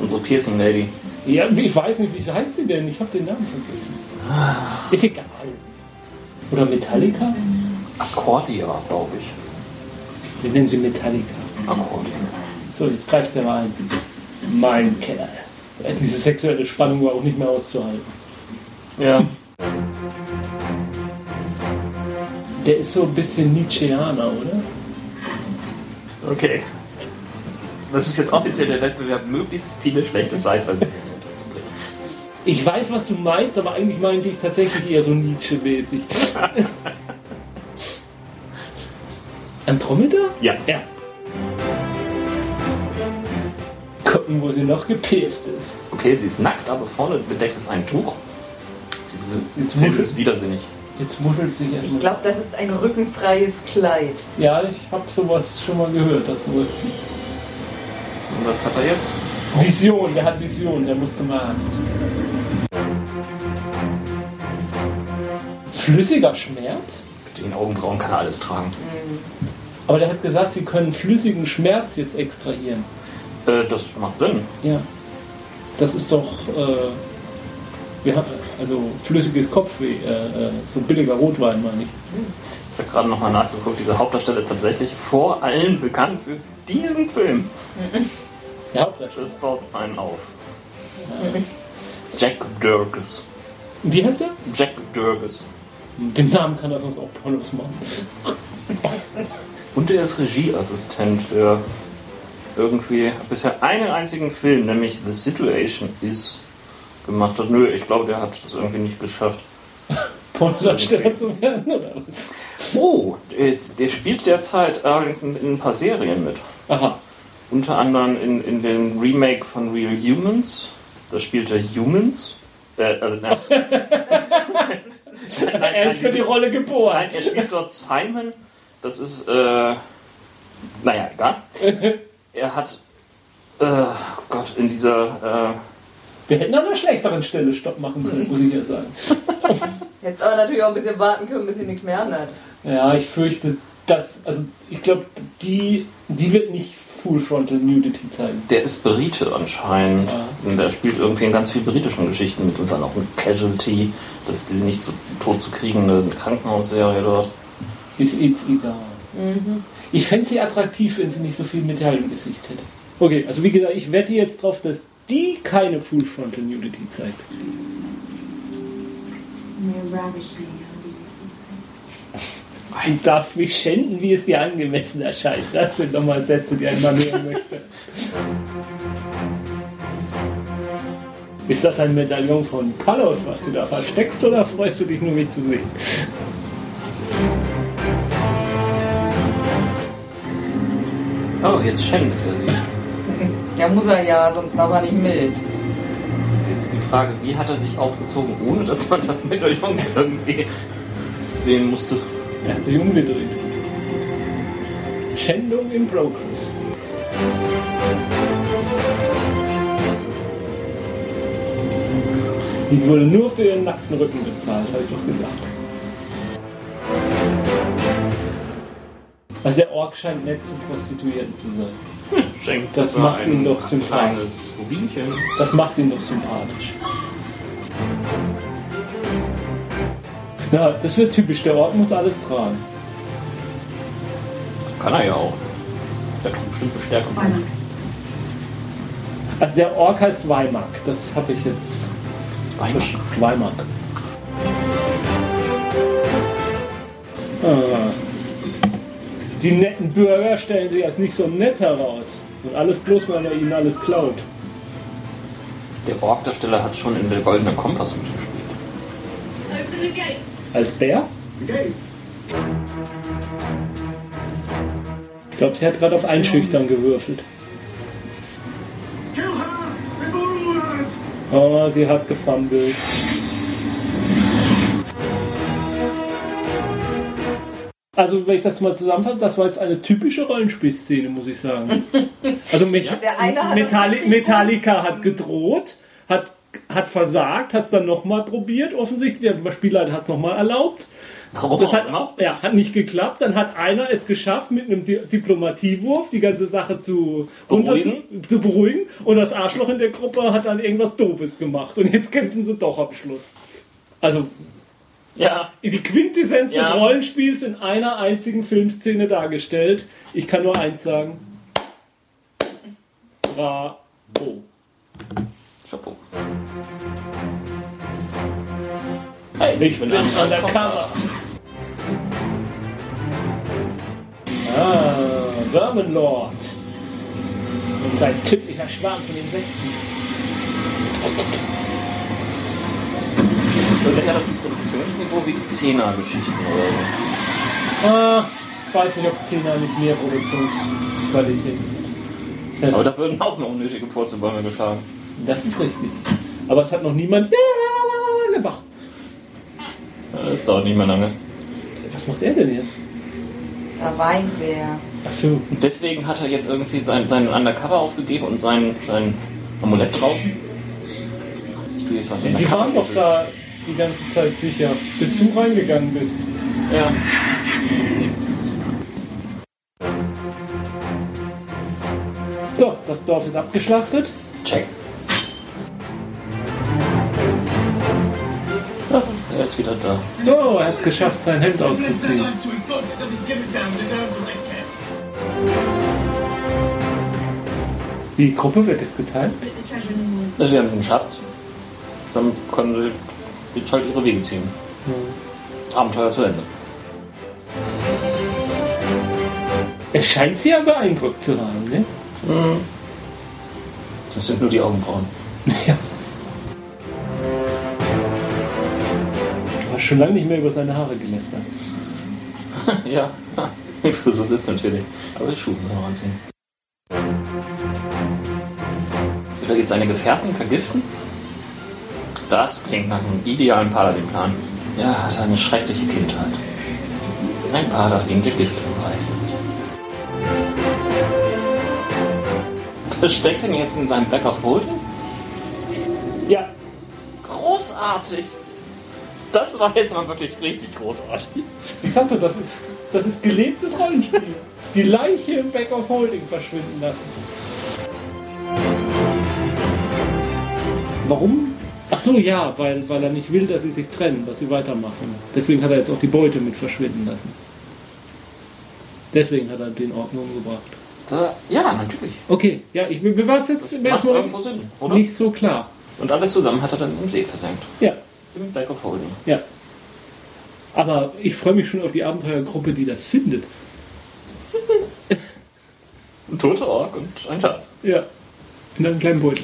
unsere Piercing Lady. Ja, ich weiß nicht, wie heißt sie denn? Ich habe den Namen vergessen. Ist egal. Oder Metallica? Accordia, glaube ich. Wir nennen sie Metallica. Accordia. So, jetzt greift sie mal ein. Mein Kerl. Äh, Diese sexuelle Spannung war auch nicht mehr auszuhalten. Ja. Der ist so ein bisschen Nietzscheaner, oder? Okay. Das ist jetzt offiziell der Wettbewerb, möglichst viele schlechte Sci-Fi-Serien unterzubringen. Ich weiß, was du meinst, aber eigentlich meinte ich tatsächlich eher so Nietzsche-mäßig. Andromeda? Ja. Ja. Gucken, wo sie noch gepäst ist. Okay, sie ist nackt, aber vorne bedeckt ist ein Tuch. Jetzt Diese Film muschelt, ist widersinnig. jetzt muschelt sich Ich erstmal. glaube, das ist ein rückenfreies Kleid. Ja, ich habe sowas schon mal gehört. Das muss. Und was hat er jetzt? Vision, der hat Vision, der muss zum Arzt. Flüssiger Schmerz? Mit den Augenbrauen kann er alles tragen. Aber der hat gesagt, sie können flüssigen Schmerz jetzt extrahieren. Äh, das macht Sinn. Ja. Das ist doch. Äh, wir haben, also flüssiges Kopfweh, äh, äh, so billiger Rotwein, meine ich. Ich habe gerade nochmal nachgeguckt, diese Hauptdarsteller ist tatsächlich vor allem bekannt für diesen Film. Der Hauptdarsteller. Das baut einen auf. Jack Durges. Wie heißt er? Jack Durges. Den Namen kann er sonst auch Pornos machen. Und er ist Regieassistent für irgendwie bisher einen einzigen Film, nämlich The Situation Is, gemacht hat. Nö, ich glaube, der hat das irgendwie nicht geschafft. Pornodarsteller zu werden, oder was? Oh, der, der spielt derzeit allerdings in, in ein paar Serien mit. Aha. Unter anderem in, in dem Remake von Real Humans. Da spielt er Humans. Äh, also, nein. nein, nein, Er ist für die diese- Rolle geboren. Nein, er spielt dort Simon. Das ist, äh, naja, egal. Er hat, äh, oh Gott, in dieser, äh, Wir hätten an einer schlechteren Stelle Stopp machen können, muss ich ja sagen. Jetzt aber natürlich auch ein bisschen warten können, bis sie nichts mehr anhat. Ja, ich fürchte, dass, also ich glaube, die, die wird nicht Full Frontal Nudity zeigen. äh, der ist Brite anscheinend. Ja. Und er spielt irgendwie in ganz viel britischen Geschichten mit und dann auch mit Casualty, das ist diese nicht so tot zu kriegende Krankenhausserie dort. Ist it's egal. Ich fände sie attraktiv, wenn sie nicht so viel Metall im Gesicht hätte. Okay, also wie gesagt, ich wette jetzt drauf, dass die keine Full Frontal Nudity zeigt. Du darfst mich schänden, wie es dir angemessen erscheint. Das sind nochmal Sätze, die einmal näher möchte. Ist das ein Medaillon von Palos, was du da versteckst, oder freust du dich nur, mich zu sehen? Oh, jetzt schändet er sie. Ja, muss er ja, sonst darf er nicht mit. Jetzt ist die Frage, wie hat er sich ausgezogen, ohne dass man das Medaillon irgendwie sehen musste? Er hat sich umgedreht. Schändung in Progress. Die wurde nur für ihren nackten Rücken bezahlt, habe ich doch gesagt. Also der Ork scheint nett zu Prostituierten zu sein. Schenkt Das sogar macht ihn ein doch sympathisch. kleines Rubinchen. Das macht ihn doch sympathisch. Na, das wird typisch. Der Ork muss alles tragen. Kann er ja auch. Der hat doch bestimmt eine Stärke. Also der Ork heißt Weimark. Das habe ich jetzt Weihnachten. Weimark. Ah. Die netten Bürger stellen sich als nicht so nett heraus. Und alles bloß, weil er ihnen alles klaut. Der Org-Darsteller hat schon in der Goldene Kompass mitgespielt. Open the gate. Als Bär? Ich glaube, sie hat gerade auf Einschüchtern gewürfelt. Oh, sie hat gefummelt. Also, wenn ich das mal zusammenfasse, das war jetzt eine typische Rollenspielszene, muss ich sagen. Also, mich, Der eine hat das Metalli richtig Mhm. Metallica hat gedroht, hat, hat versagt, hat es dann nochmal probiert, offensichtlich. Der Spielleiter hat es nochmal erlaubt. Warum Das auch hat, halt immer? ja, hat nicht geklappt. Dann hat einer es geschafft, mit einem Di Diplomatiewurf die ganze Sache zu runter Beruhigen. Zu, zu beruhigen. Und das Arschloch in der Gruppe hat dann irgendwas Doofes gemacht. Und jetzt kämpfen sie doch am Schluss. Also Ja. die Quintessenz Ja. des Rollenspiels in einer einzigen Filmszene dargestellt. Ich kann nur eins sagen. Bravo. Chapeau. Ich bin an der Kamera. Ah, Verminlord. Und sein tödlicher Schwarm von Insekten. Und wenn er das im Produktionsniveau wie die Zehner-Geschichten oder Ah, ich weiß nicht, ob 10 nicht mehr Produktionsqualität. so. Aber da würden auch nur unnötige Purzelbäume geschlagen. Das ist richtig. Aber es hat noch niemand gemacht. Das dauert nicht mehr lange. Was macht er denn jetzt? Da weint wer. Achso, Und deswegen hat er jetzt irgendwie sein, seinen Undercover aufgegeben und sein, sein Amulett draußen. Ich tue jetzt was die, die waren doch da die ganze Zeit sicher, bis du reingegangen bist. Ja. So, das Dorf ist abgeschlachtet. Check. Ah, Er ist wieder da. Oh, er hat es geschafft, sein Hemd auszuziehen. Die Gruppe wird jetzt geteilt. Ja, Also Sie haben den Schatz. Dann können Sie jetzt halt Ihre Wege ziehen. Abenteuer zu Ende. Er scheint sie ja beeindruckt zu haben, ne? Das sind nur die Augenbrauen. Du hast schon lange nicht mehr über seine Haare gelästert. ja. Die Frisur sitzt natürlich. Aber die Schuhe müssen wir anziehen. Will er jetzt seine Gefährten vergiften? Das klingt nach einem idealen Paladin-Plan. Ja, er hatte eine schreckliche Kindheit. Ein Paladin, der Gift dabei. Versteckt er ihn jetzt in seinem Back of Holding? Ja, Großartig! Das war jetzt mal wirklich richtig großartig. ich sagte, das ist, das ist gelebtes Rollenspiel. Die Leiche im Back of Holding verschwinden lassen. Warum? Ach so, ja, weil, weil er nicht will, dass sie sich trennen, dass sie weitermachen. Deswegen hat er jetzt auch die Beute mit verschwinden lassen. Deswegen hat er den Ordnung umgebracht. Da, ja, natürlich. Okay, ja, ich, mir mir war es jetzt im Macht ersten Moment irgendwo Sinn, oder? nicht so klar. Und alles zusammen hat er dann im See versenkt. Ja, Im Back of Holding. ja. Aber ich freue mich schon auf die Abenteuergruppe, die das findet. Ein toter Ork und ein Schatz. Ja. In einem kleinen Beutel.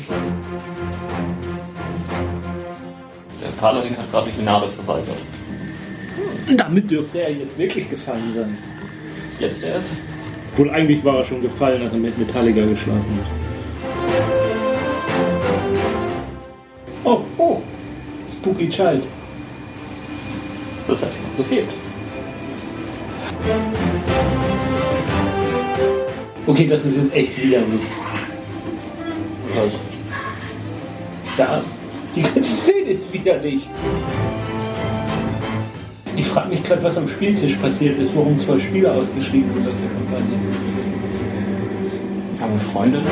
Der Paladin hat gerade die Gnade verweigert. Damit dürfte er jetzt wirklich gefallen sein. Jetzt erst. Wohl eigentlich war er schon gefallen, als er mit Metallica geschlafen hat. Oh, oh. Spooky Child. Das hat ihm noch gefehlt. Okay, das ist jetzt echt widerlich. Also, Ja, die ganze Szene ist widerlich. Ich frage mich gerade, was am Spieltisch passiert ist, warum zwei Spieler ausgeschrieben wurden aus der Kampagne. haben wir Freunde?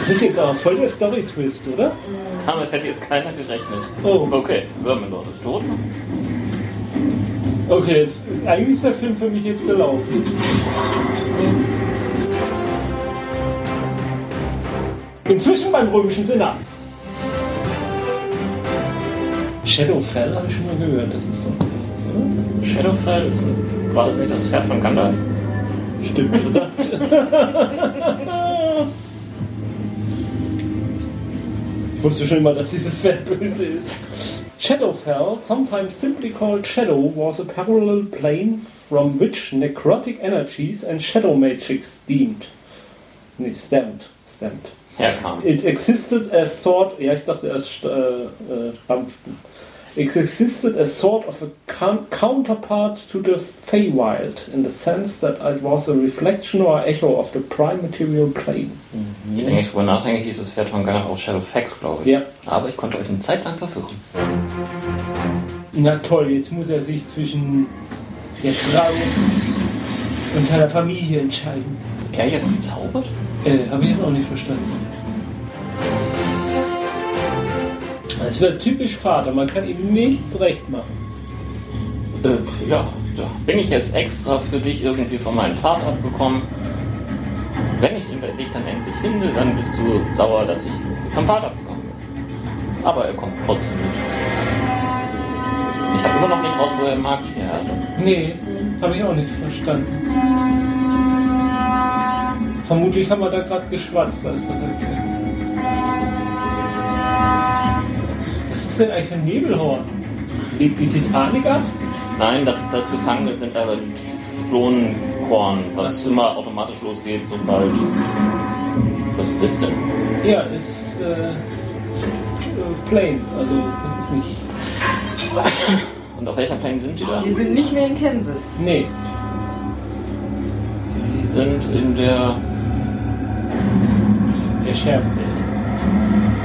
Das ist jetzt aber voll der Story-Twist, oder? Damit hätte jetzt keiner gerechnet. Oh. Okay, Würmelord ist tot. Okay, jetzt ist, eigentlich ist der Film für mich jetzt gelaufen. Inzwischen beim römischen Senat. Shadowfell habe ich schon mal gehört. Das ist so. Shadowfell ist ein, war das nicht das Pferd von Gandalf? Stimmt, verdammt. ich wusste schon immer, dass diese Fett böse ist. Shadowfell, sometimes simply called Shadow, was a parallel plane from which necrotic energies and shadow magic steamed. Nee, stemmed. Stemmed. Herkam. It existed as sort. Ja, ich dachte erst äh, äh, Stampften. It existed as sort of a coun- counterpart to the Feywild in the sense that it was a reflection or echo of the prime material plane. Ich denke, ich drüber nachdenke, hieß das Pferd von Gandalf auch Shadowfax, glaube ich. Ja. Aber ich konnte euch eine Zeit lang verwirren. Na toll, jetzt muss er sich zwischen der Frau und seiner Familie entscheiden. Er jetzt gezaubert? Äh, habe ich jetzt auch nicht verstanden. Das wird typisch Also, Vater, man kann ihm nichts recht machen. Äh, ja, da bin ich jetzt extra für dich irgendwie von meinem Vater abgekommen. Wenn ich ihn- dich dann endlich finde, dann bist du sauer, dass ich vom Vater abgekommen bin. Aber er kommt trotzdem mit. Ich habe immer noch nicht raus, wo er Magie her hatte. Nee, habe ich auch nicht verstanden. Vermutlich haben wir da gerade geschwatzt, da ist das halt erklärt. Was ist denn eigentlich für ein Nebelhorn? Legt die Titanic ab? Nein, das ist das Gefangene sind aber Klonkorn, was immer automatisch losgeht, sobald. Was ist das denn? Ja, ist äh, äh, plain, also das ist nicht. Und auf welcher Plane sind die da? Wir sind nicht mehr in Kansas. Nee, Die sind in der. der Scherbenwelt.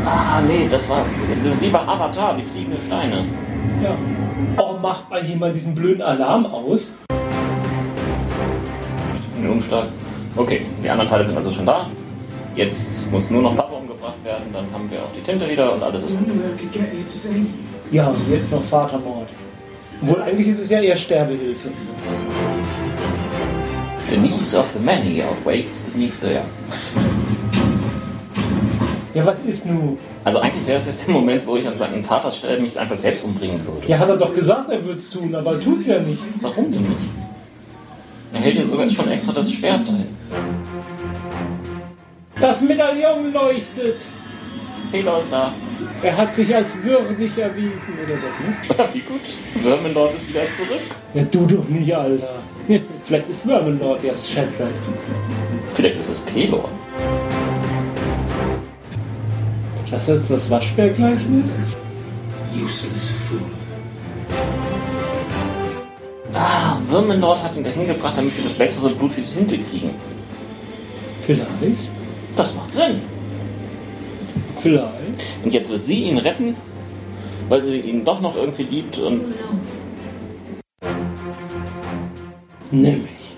Ah, nee, das war. Das ist lieber Avatar, die fliegende Steine. Ja. Warum macht mal jemand diesen blöden Alarm aus? Den Umschlag. Okay, die anderen Teile sind also schon da. Jetzt muss nur noch Papa umgebracht werden, dann haben wir auch die Tinte wieder und alles ist gut. Wonder where I could get here today. Ja, und jetzt noch Vatermord. Obwohl eigentlich ist es ja eher Sterbehilfe. The needs of the many outweighs the need. äh, Ja. Ja, was ist nun? Also eigentlich wäre es jetzt der Moment, wo ich an seinen Vaters Stelle mich einfach selbst umbringen würde. Ja, hat er doch gesagt, er würde es tun, aber er tut's ja nicht. Warum denn nicht? Er hält ja sogar schon extra das Schwert ein. Das Medaillon leuchtet. Hela ist da. Er hat sich als würdig erwiesen, oder doch nicht? Wie gut. Vermindort ist wieder zurück. Ja, du doch nicht, Alter. Vielleicht ist Verminlord ja Shattered. Vielleicht ist es Pelor. Das jetzt das Waschbärgleichnis? Useless fool. Ah, Vermindort hat ihn dahin gebracht, damit sie das bessere Blut für die Tinte kriegen. Vielleicht. Das macht Sinn. Vielleicht. Und jetzt wird sie ihn retten, weil sie ihn doch noch irgendwie liebt und Nämlich.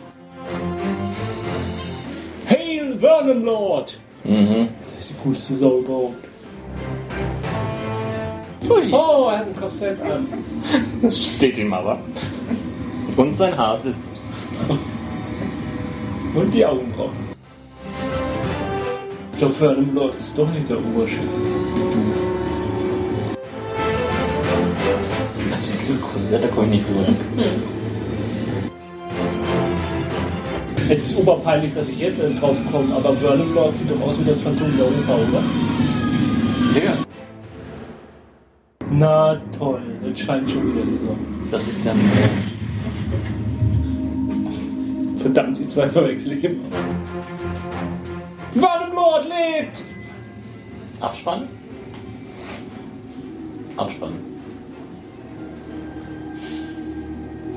Hail Verminlord! mhm. Das ist die coolste Sau überhaupt. Hui. Oh, er hat ein Korsett an. Das steht ihm aber. Und sein Haar sitzt. Und die Augenbrauen. Ich glaube, für einen Lord ist doch nicht der Oberschirm. Also dieses Korsett, da komme ich nicht rüber. Es ist oberpeinlich, dass ich jetzt erst drauf komme, aber Vernon Lord sieht doch aus wie das Phantom der Oper, oder? Ja. Na toll, jetzt scheint schon wieder die Sonne. Das ist äh, der Mond. Verdammt, die zwei verwechseln ich immer. Vernon Lord lebt! Abspannen? Abspannen.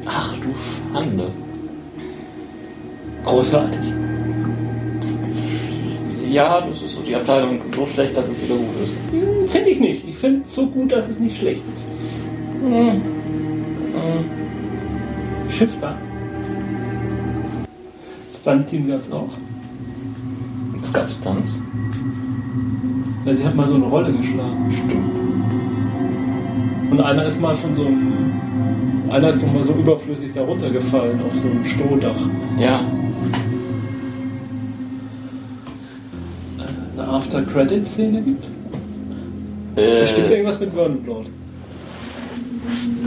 Ach du Schande. Großartig. Ja, das ist so die Abteilung so schlecht, dass es wieder gut ist. Hm, Finde ich nicht. Ich finde es so gut, dass es nicht schlecht ist. Hm, Shifter. Stunt-Team gab es auch. Es gab Stunts. Also ich habe mal so eine Rolle geschlagen. Stimmt. Und einer ist mal von so einem... Einer ist doch mal so überflüssig da runtergefallen auf so einem Strohdach. Ja. eine After-Credit-Szene gibt? Äh, Bestimmt irgendwas mit Vernon Lord.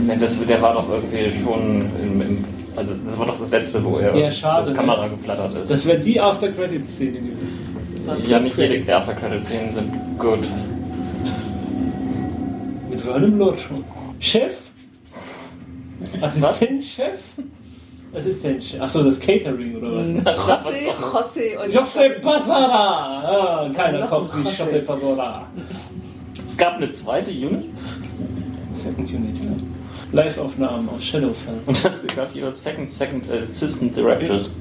Nee, das, der war doch irgendwie schon im, im also das war doch das letzte, wo er Ja, schade, zur ne? Kamera geflattert ist. Das wäre die After-Credit-Szene gewesen. ja, nicht jede After Credit Szenen sind gut. Mit Vernon Lord schon. Chef? Assistent-Chef? Assistent-Chef. Achso, das Catering oder was? José, José und Josep Pasada! Ah, keiner kommt wie Josep. Josep Pasada. Es gab eine zweite Unit Second Unit, ja. Live-Aufnahmen aus Shadowfell. und das gab jeweils Second Second Assistant Directors.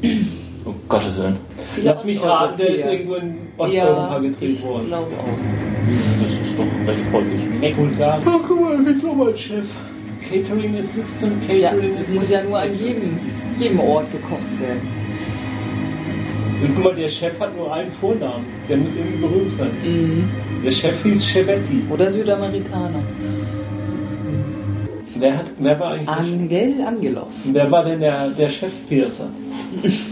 Oh Gottes Willen. Lass mich raten, der ist Osteuropäer. irgendwo in Osteuropa Ja, gedreht Ich worden. glaube auch. Das ist doch recht häufig. Bulgarien. Oh, guck mal, da gibt's nochmal einen Chef. Catering Assistant, Catering Ja, Assistant. es muss ja nur an Catering jedem, Assistant. jedem Ort gekocht werden. Und guck mal, der Chef hat nur einen Vornamen. Der muss irgendwie berühmt sein. Mhm. Der Chef hieß Chevetti. Oder Südamerikaner. Wer, hat, wer war eigentlich der Chef? Angel Angelov. Wer war denn der, der Chef Piercer? Ich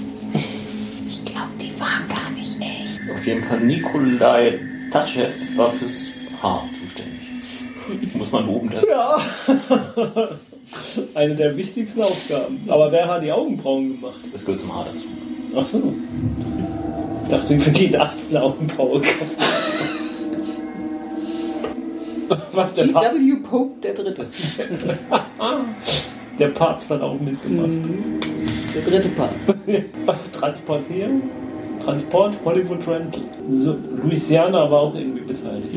glaube, die waren gar nicht echt. Auf jeden Fall Nikolai Tatschew war fürs Haar zuständig. Muss man loben. Der Eine der wichtigsten Aufgaben. Aber wer hat die Augenbrauen gemacht? Das gehört zum Haar dazu. Ach so. Ich dachte, ihm vergeht acht eine Augenbraue. Was der Papst? G.W. Pope der Dritte. Der Papst hat auch mitgemacht. Der dritte Part. Transportieren? Transport, Hollywood Rental. So, Louisiana war auch irgendwie beteiligt.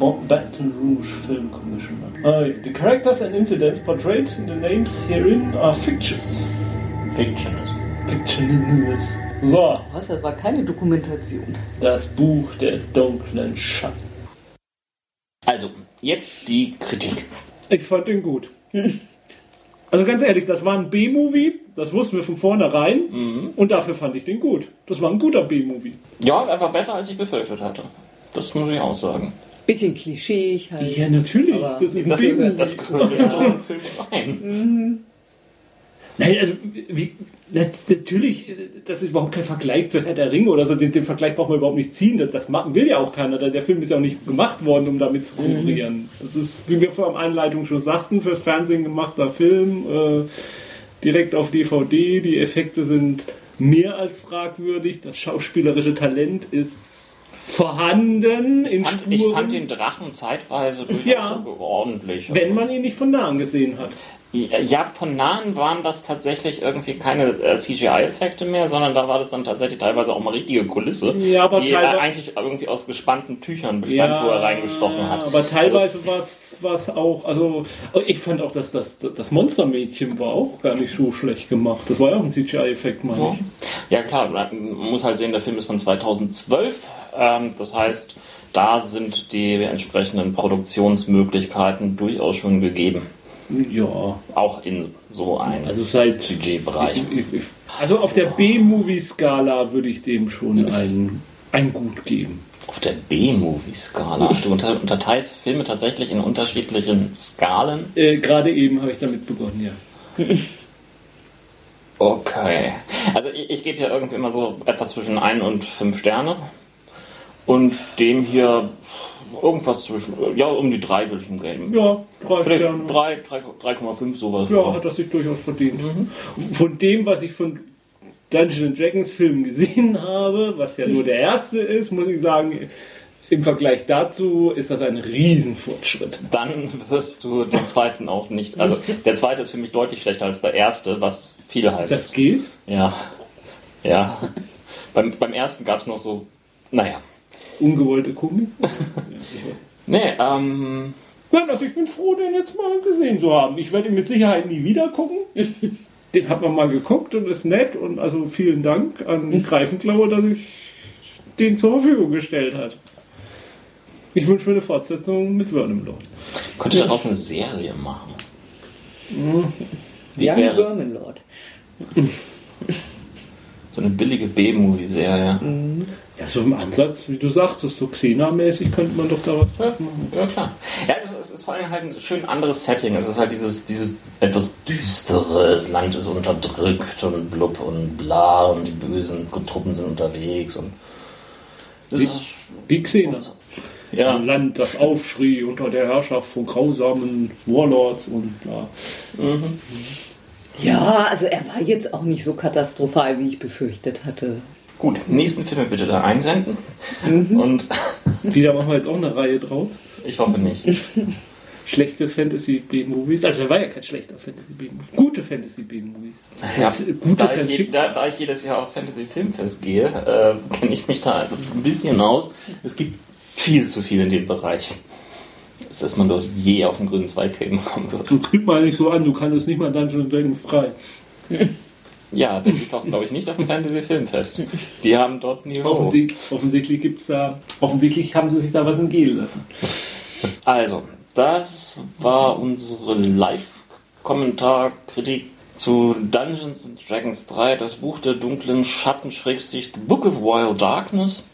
Bob Baton Rouge Film Commissioner. Äh, the characters and incidents portrayed in the names herein are fictitious. Fiction ist. Fictionless. So, Was? Das war keine Dokumentation. das Buch der dunklen Schatten. Also, jetzt die Kritik. Ich fand den gut. Also ganz ehrlich, das war ein B-Movie, das wussten wir von vornherein und dafür fand ich den gut. Das war ein guter B-Movie. Ja, einfach besser, als ich befürchtet hatte. Das muss ich auch sagen. Bisschen klischeeig halt. Ja, natürlich, Aber das ist ein Das, B-Movie. das gehört in so einen Film rein. Nein, also, wie, na, natürlich, das ist überhaupt kein Vergleich zu Herr der Ringe oder so. Den, den Vergleich braucht man überhaupt nicht ziehen. Das, das machen- will ja auch keiner. Der der Film ist ja auch nicht gemacht worden, um damit zu Mhm. konkurrieren. Das ist, wie wir vor der Einleitung schon sagten, fürs Fernsehen gemachter Film, äh, direkt auf DVD. Die Effekte sind mehr als fragwürdig. Das schauspielerische Talent ist vorhanden in Ich fand, ich fand Spuren, den Drachen zeitweise durchaus Ja. ordentlich. wenn man ihn nicht von nahem gesehen hat. Ja, von nahen waren das tatsächlich irgendwie keine äh, CGI-Effekte mehr, sondern da war das dann tatsächlich teilweise auch mal richtige Kulisse, Ja, aber die äh, teilweise- eigentlich irgendwie aus gespannten Tüchern bestand, wo er reingestochen hat. Also Aber teilweise war es auch, also ich fand auch, dass das, das Monstermädchen war auch gar nicht so schlecht gemacht. Das war ja auch ein CGI-Effekt, meine Ja. ich. Ja klar, man muss halt sehen, der Film ist von 2012. Ähm, das heißt, da sind die entsprechenden Produktionsmöglichkeiten durchaus schon gegeben. Ja, Auch in so einem also seit. Budgetbereich. ich- ich- Also auf der B-Movie-Skala würde ich dem schon ein, ein Gut geben. Auf der B-Movie-Skala. Du unter unterteilst Filme tatsächlich in unterschiedlichen Skalen. Äh, Gerade eben habe ich damit begonnen, ja. Okay. Also ich, ich gebe ja irgendwie immer so etwas zwischen 1 und 5 Sterne. Und dem hier irgendwas zwischen, ja, um die 3 würde ich ihm geben. Ja, drei Vielleicht Sterne. 3, 3,5, sowas. Ja, also- hat das sich durchaus verdient. Von dem, was ich von Dungeons and Dragons Filmen gesehen habe, was ja nur der erste ist, muss ich sagen, im Vergleich dazu ist das ein Riesenfortschritt. Dann wirst du den zweiten auch nicht. Also der zweite ist für mich deutlich schlechter als der erste, was viel heißt. Das geht. ja. Ja. beim, beim ersten gab es noch so, naja. Ungewollte Komik. Nee, ähm. Ja, also ich bin froh, den jetzt mal gesehen zu haben. Ich werde ihn mit Sicherheit nie wieder gucken. Den hat man mal geguckt und ist nett. Und also vielen Dank an Greifenklaue, dass ich den zur Verfügung gestellt hat. Ich wünsche mir eine Fortsetzung mit Vernon Lord. Könnte ich daraus eine Serie machen. Die Hm. Young wäre- Verminlord. So eine billige B-Movie-Serie. Ja, so im Ansatz, wie du sagst, so Xena-mäßig könnte man doch da was Ja, ja, klar. Ja, es ist, es ist vor allem halt ein schön anderes Setting. Es ist halt dieses, dieses etwas düstere, das Land ist unterdrückt und blub und bla und die bösen Truppen sind unterwegs und. Das ist, Wie Xena. Also, Ja. Ein Land, das aufschrie unter der Herrschaft von grausamen Warlords und bla. Ja, also er war jetzt auch nicht so katastrophal, wie ich befürchtet hatte. Gut, Mhm. nächsten Filme bitte da einsenden. Und Wieder machen wir jetzt auch eine Reihe draus. ich hoffe nicht. Schlechte Fantasy-B-Movies. Also er war ja kein schlechter Fantasy-B-Movie. Gute Fantasy-B-Movies. Ja, Das ist gute da, ich je, Fantasy. da, da ich jedes Jahr aufs Fantasy Filmfest gehe, äh, kenne ich mich da ein bisschen aus. Es gibt viel zu viel in dem Bereich. Als Dass man dort je auf den grünen Zweig kriegen kommen wird. Jetzt gib mal nicht so an, du kannst nicht mal Dungeons Dragons 3. Ja, das liegt auch, glaube ich, nicht auf dem Fantasy Filmfest. Die haben dort ein Niveau. Offensichtlich, offensichtlich gibt's da, offensichtlich haben sie sich da was entgehen lassen. Also, das war unsere Live-Kommentar-Kritik zu Dungeons and Dragons 3, das Buch der dunklen Schatten, Schrägsicht, Book of Wild Darkness.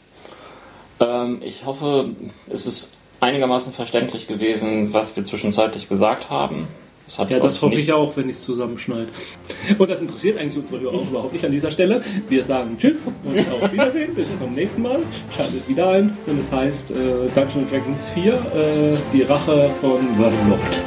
Ähm, ich hoffe, es ist einigermaßen verständlich gewesen, was wir zwischenzeitlich gesagt haben. Es hat, Ja, glaub das hoffe nicht- ich auch, wenn ich es zusammenschneide. Und das interessiert eigentlich unsere Hörer auch überhaupt nicht an dieser Stelle. Wir sagen Tschüss und auf Wiedersehen. Bis zum nächsten Mal. Schaltet wieder ein, wenn es heißt äh, Dungeons Dragons 4, äh, die Rache von Verlocht.